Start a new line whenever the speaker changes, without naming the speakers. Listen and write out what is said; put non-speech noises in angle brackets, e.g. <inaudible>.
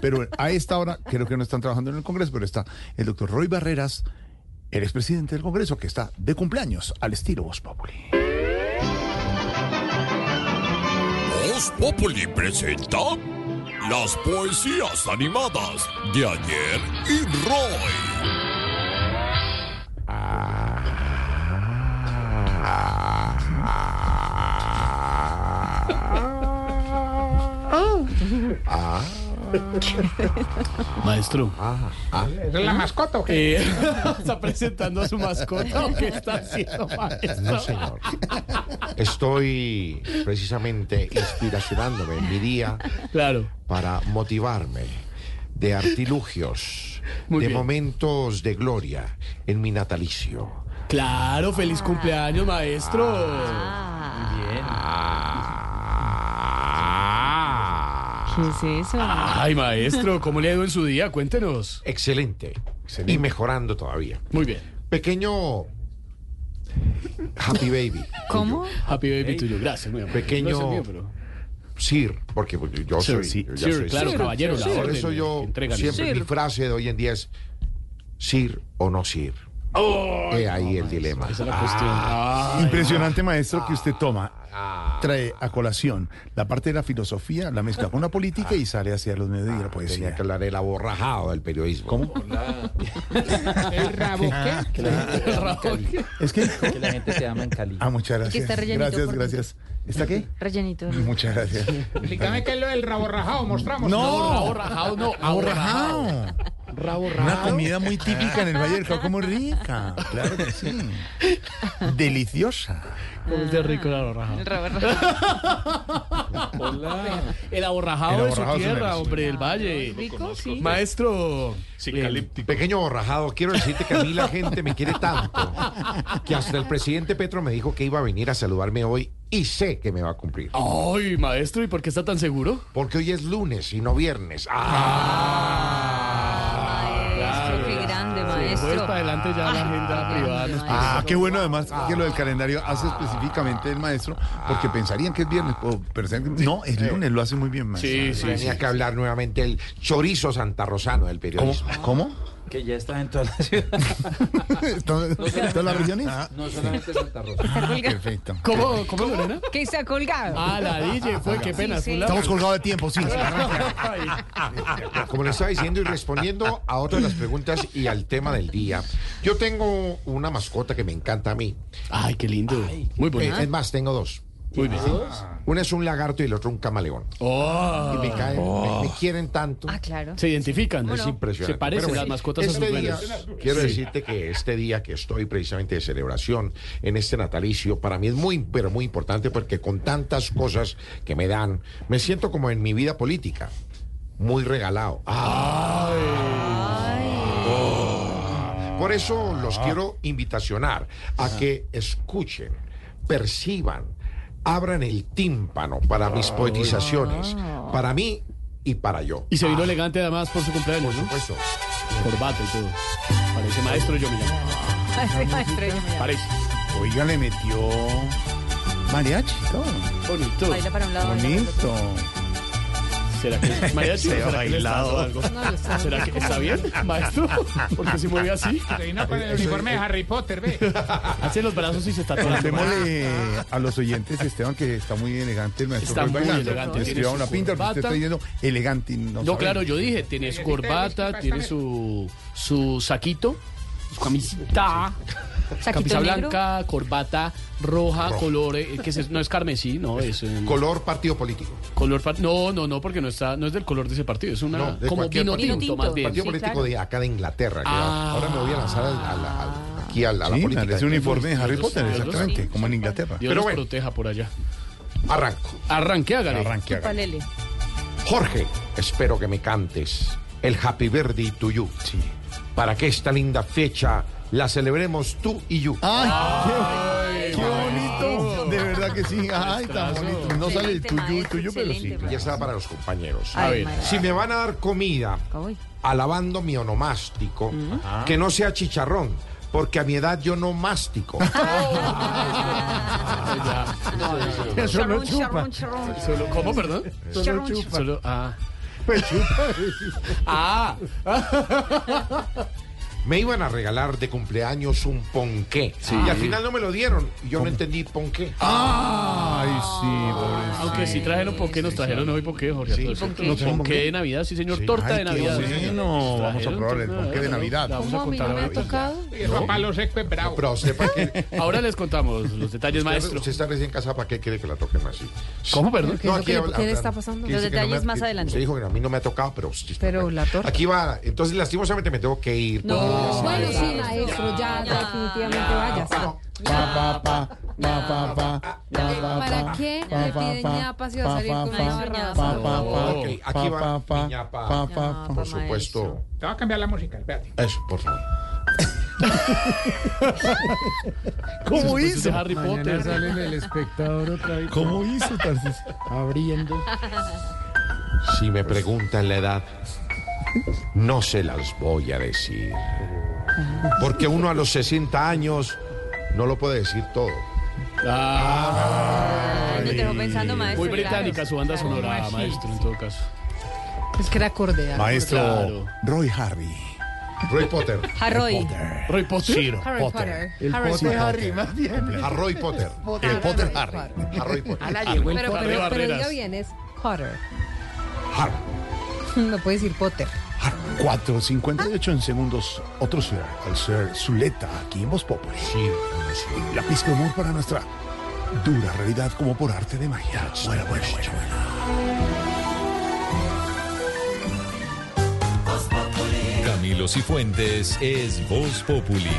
Pero a esta hora, creo que no están trabajando en el Congreso, pero está el doctor Roy Barreras, el expresidente del Congreso, que está de cumpleaños al estilo Voz Populi.
Voz Populi presenta las poesías animadas de ayer y Roy.
Maestro,
¿Es la mascota o qué?
eh, <laughs> ¿está presentando a su mascota o qué está haciendo, maestro?
No, señor. Estoy precisamente inspiracionándome en mi día
Claro.
para motivarme de artilugios,
Muy
de
bien.
momentos de gloria en mi natalicio.
Claro, feliz cumpleaños, maestro.
¿Qué es eso?
Ay, maestro, ¿cómo le ha ido en su día? Cuéntenos.
Excelente.
Excelente.
Y mejorando todavía.
Muy bien.
Pequeño Happy Baby.
¿Cómo?
Happy baby tuyo, gracias, muy amable.
Pequeño-
No es el mío, pero-
Sir, porque yo
Sir,
soy.
sí,
yo ya
Sir,
soy
claro,
sir.
caballero, la
Por
orden,
eso yo
entrégale.
siempre mi frase de hoy en día es Sir o no Sir. He ahí el dilema.
Oh, Esa es la cuestión.
Ah.
Ay,
Impresionante, maestro, que usted toma, trae a colación la parte de la filosofía, la mezcla con la política y sale hacia los medios y la
Ah, Tenía
poesía.
que hablar el aborrajado del periodismo. ¿Cómo?
¿El rabo qué?
Ah,
Es que.
que la gente te ama en Cali.
Ah, muchas gracias.
Aquí está rellenito
gracias,
por
gracias. ¿Está qué?
Rellenito.
Muchas gracias.
Explícame qué es lo del rabo rajado, mostramos.
Rabo rajado, no.
Aborrajao.
Rabo
Una
rajado.
comida muy típica en el Valle del Cauca, muy rica. Claro que sí. Deliciosa.
Muy de rico el aborrajado. Hola. El aborrajado
El aborrajado
de su
es una
tierra,
delicia.
hombre, del valle.
¿Rico? Sí.
Maestro. eh,
Pequeño aborrajado, quiero decirte que a mí la gente me quiere tanto que hasta el presidente Petro me dijo que iba a venir a saludarme hoy y sé que me va a cumplir.
Ay, maestro, ¿y por qué está tan seguro?
Porque hoy es lunes y no viernes.
Ah,
¡Ah!
Maestro, qué grande, maestro.
Pues para adelante ya la agenda privada. nos
Ay,
Ah, qué bueno además que lo del calendario hace específicamente el maestro, porque pensarían que es viernes. o pensarían que- no, es lunes, lo hace muy bien, maestro.
Sí, sí, sí.
Tenía que hablar nuevamente el chorizo santarrosano del
¿Cómo?
periodismo.
¿Cómo?
Que ya está en toda la ciudad.
¿Todas todas las regiones?
No solamente Santa Rosa.
Ah, <laughs> perfecto.
¿Cómo, cómo, Lorena?
Que está colgado.
Ah, la DJ fue, qué pena.
sí.
tú la-
Estamos colgados de tiempo, sí.
Como le estaba diciendo y respondiendo a otra de las preguntas y al tema del día, yo tengo una mascota que me encanta a mí.
Ay, qué lindo. Muy
Eh,
bonito.
es más, tengo dos.
Muy bien.
Una es un lagarto y el otro un camaleón.
Oh,
Y me caen, me, me quieren tanto.
Ah, claro.
se identifican.
Es impresionante.
Se parecen
Pero bueno,
las mascotas a
este
sus
día,
dueños.
Quiero
Sí.
decirte que este día que estoy precisamente de celebración en este natalicio, para mí es muy, pero muy importante porque con tantas cosas que me dan, me siento como en mi vida política, muy regalado. Ah. Por eso los quiero invitacionar a que escuchen, perciban, abran el tímpano para mis poetizaciones,
Ah.
para mí y para yo.
Y se vino elegante además por su cumpleaños, ¿no?
Eso.
Corbata y todo. Parece maestro, yo me llamo.
Ay, maestro, yo me llamo.
Parece.
Oiga, le metió mariachi, todo.
Bonito.
Baila para un lado. baila para el otro.
Bonito.
¿Será que es mariachi? o
Se ha
¿Será que le está dando algo?
No, yo estaba-
¿Será que está bien, maestro? Porque se mueve así.
Se vino con el uniforme de Harry Potter, ve.
Hace los brazos y se está atorando.
Contémosle a los oyentes, Esteban, que está muy elegante el maestro.
Está
Roy
muy
bailando.
elegante,
Le
tiene
escriba
su
una pinta, pero usted
corbata.
está diciendo elegante. No,
No,
sabe.
claro, yo dije, tiene su corbata, tiene su, su saquito, su camisita, camisa
Ah. Saquito negro.
blanca, corbata roja, color, eh, que es- no es carmesí, no, es eh,
Color partido político.
color, par- no, no, no, porque no está, no es del color de ese partido, es una,
No, de
como
cualquier
vino
partido.
tinto, más bien.
Partido
Sí,
político
claro.
de acá de Inglaterra. que
Ah.
Ahora me voy a lanzar al- al- al- aquí a la, a la
Sí,
política.
es un uniforme de Harry
Dios
Potter,
mío,
exactamente,
sí.
como en Inglaterra.
Dios
Pero
los
bueno.
proteja por allá.
Arranco.
Arranque, hágale.
Arranque,
Y
hágale.
palele.
Jorge, espero que me cantes el Happy Birthday to you.
Sí.
Para que esta linda fecha la celebremos tú y yo.
Ah. ¡Ay, qué, qué bonito! De verdad que sí. ¡Ay, tan bonito! No sale el
Excelente,
tuyo y
maestro,
tuyo, pero sí.
excelente,
claro.
Y esa va para los compañeros.
A
Ay,
ver.
maestro.
Si me van a dar comida
Uy.
alabando mi onomástico,
Mm.
que no sea chicharrón, porque a mi edad yo no mástico.
Ya.
Charrón, charrón, charrón.
Solo, ¿Cómo, perdón?
Charrón,
Solo, ah. <laughs> Ah,
Me iban a regalar de cumpleaños un ponqué. Y al final no me lo dieron. Y yo no entendí ponqué.
Ay, sí, pobrecito.
aunque sí trajeron poqué, nos trajeron hoy poqué, Jorge.
Sí,
Alfonso.
poqué.
Nos poqué de Navidad, sí, señor.
Sí.
Torta
Ay,
de
qué
Navidad.
bueno.
Vamos a
Nos trajeron
probar el
torta
ponqué de Navidad.
La vamos
¿Cómo
a
a mí
contar pues,
no me ha
ahorita.
tocado?
Y el papá lo seco es bravo.
Pero usted <laughs> para qué.
Ahora les contamos los detalles, maestro.
Usted está recién casada, ¿para qué quiere que la toquen así?
¿Cómo, perdón?
¿Qué es lo que le- qué le está pasando?
que
Los
dice que no me
detalles
ha-
más
que
adelante.
Usted dijo que a mí no me ha tocado, pero...
Pero la torta.
Aquí va. Entonces, lastimosamente me tengo que ir.
No,
porque-
Bueno, sí,
Ya,
maestro, ya,
ya,
definitivamente
ya.
vayas.
Bueno,
Pa, pa, pa, pa, pa, pa, pa, pa,
¿Para
pa,
qué
pa,
le
pa,
piden
pa,
ñapa si va
pa,
a salir
pa,
con
pa,
una ñapa?
pa, pa, pa,
Ok, aquí va
pa, pa,
mi ñapa.
pa, pa,
No,
pa.
por supuesto.
Te voy a cambiar la música, espérate.
Eso, por favor.
¿Cómo
Pues es de
hizo?
Harry Potter.
sale en el espectador otra vez
¿Cómo hizo, Tarcisio?
abriendo.
Si me preguntan la edad, no se las voy a decir. Porque uno a los 60 años no lo puede decir todo.
Ah,
Te dejó pensando, maestro.
muy
claro.
británica su banda
Claro.
sonora, maestro, en todo caso.
Es que era acorde. ¿ah?
Maestro
Claro.
Roy Harry.
Roy Potter.
A Roy.
Roy Potter.
Harry Potter.
El
Harry
pote
Potter.
Harry, más bien.
A Roy Potter.
El Potter Harry.
A Roy Potter.
Ala, llegó el
Pero,
pote.
pero, pero diga
Barreras.
bien, es Potter.
Har-
<laughs> No puede decir Potter.
4.58 en segundos. Otro ser, al ser Zuleta, aquí en Voz Populi.
Sí, no sé.
La pizca de humor para nuestra dura realidad como por arte de magia. Bueno, bueno, bueno, bueno.
Camilo Cifuentes es Voz Populi.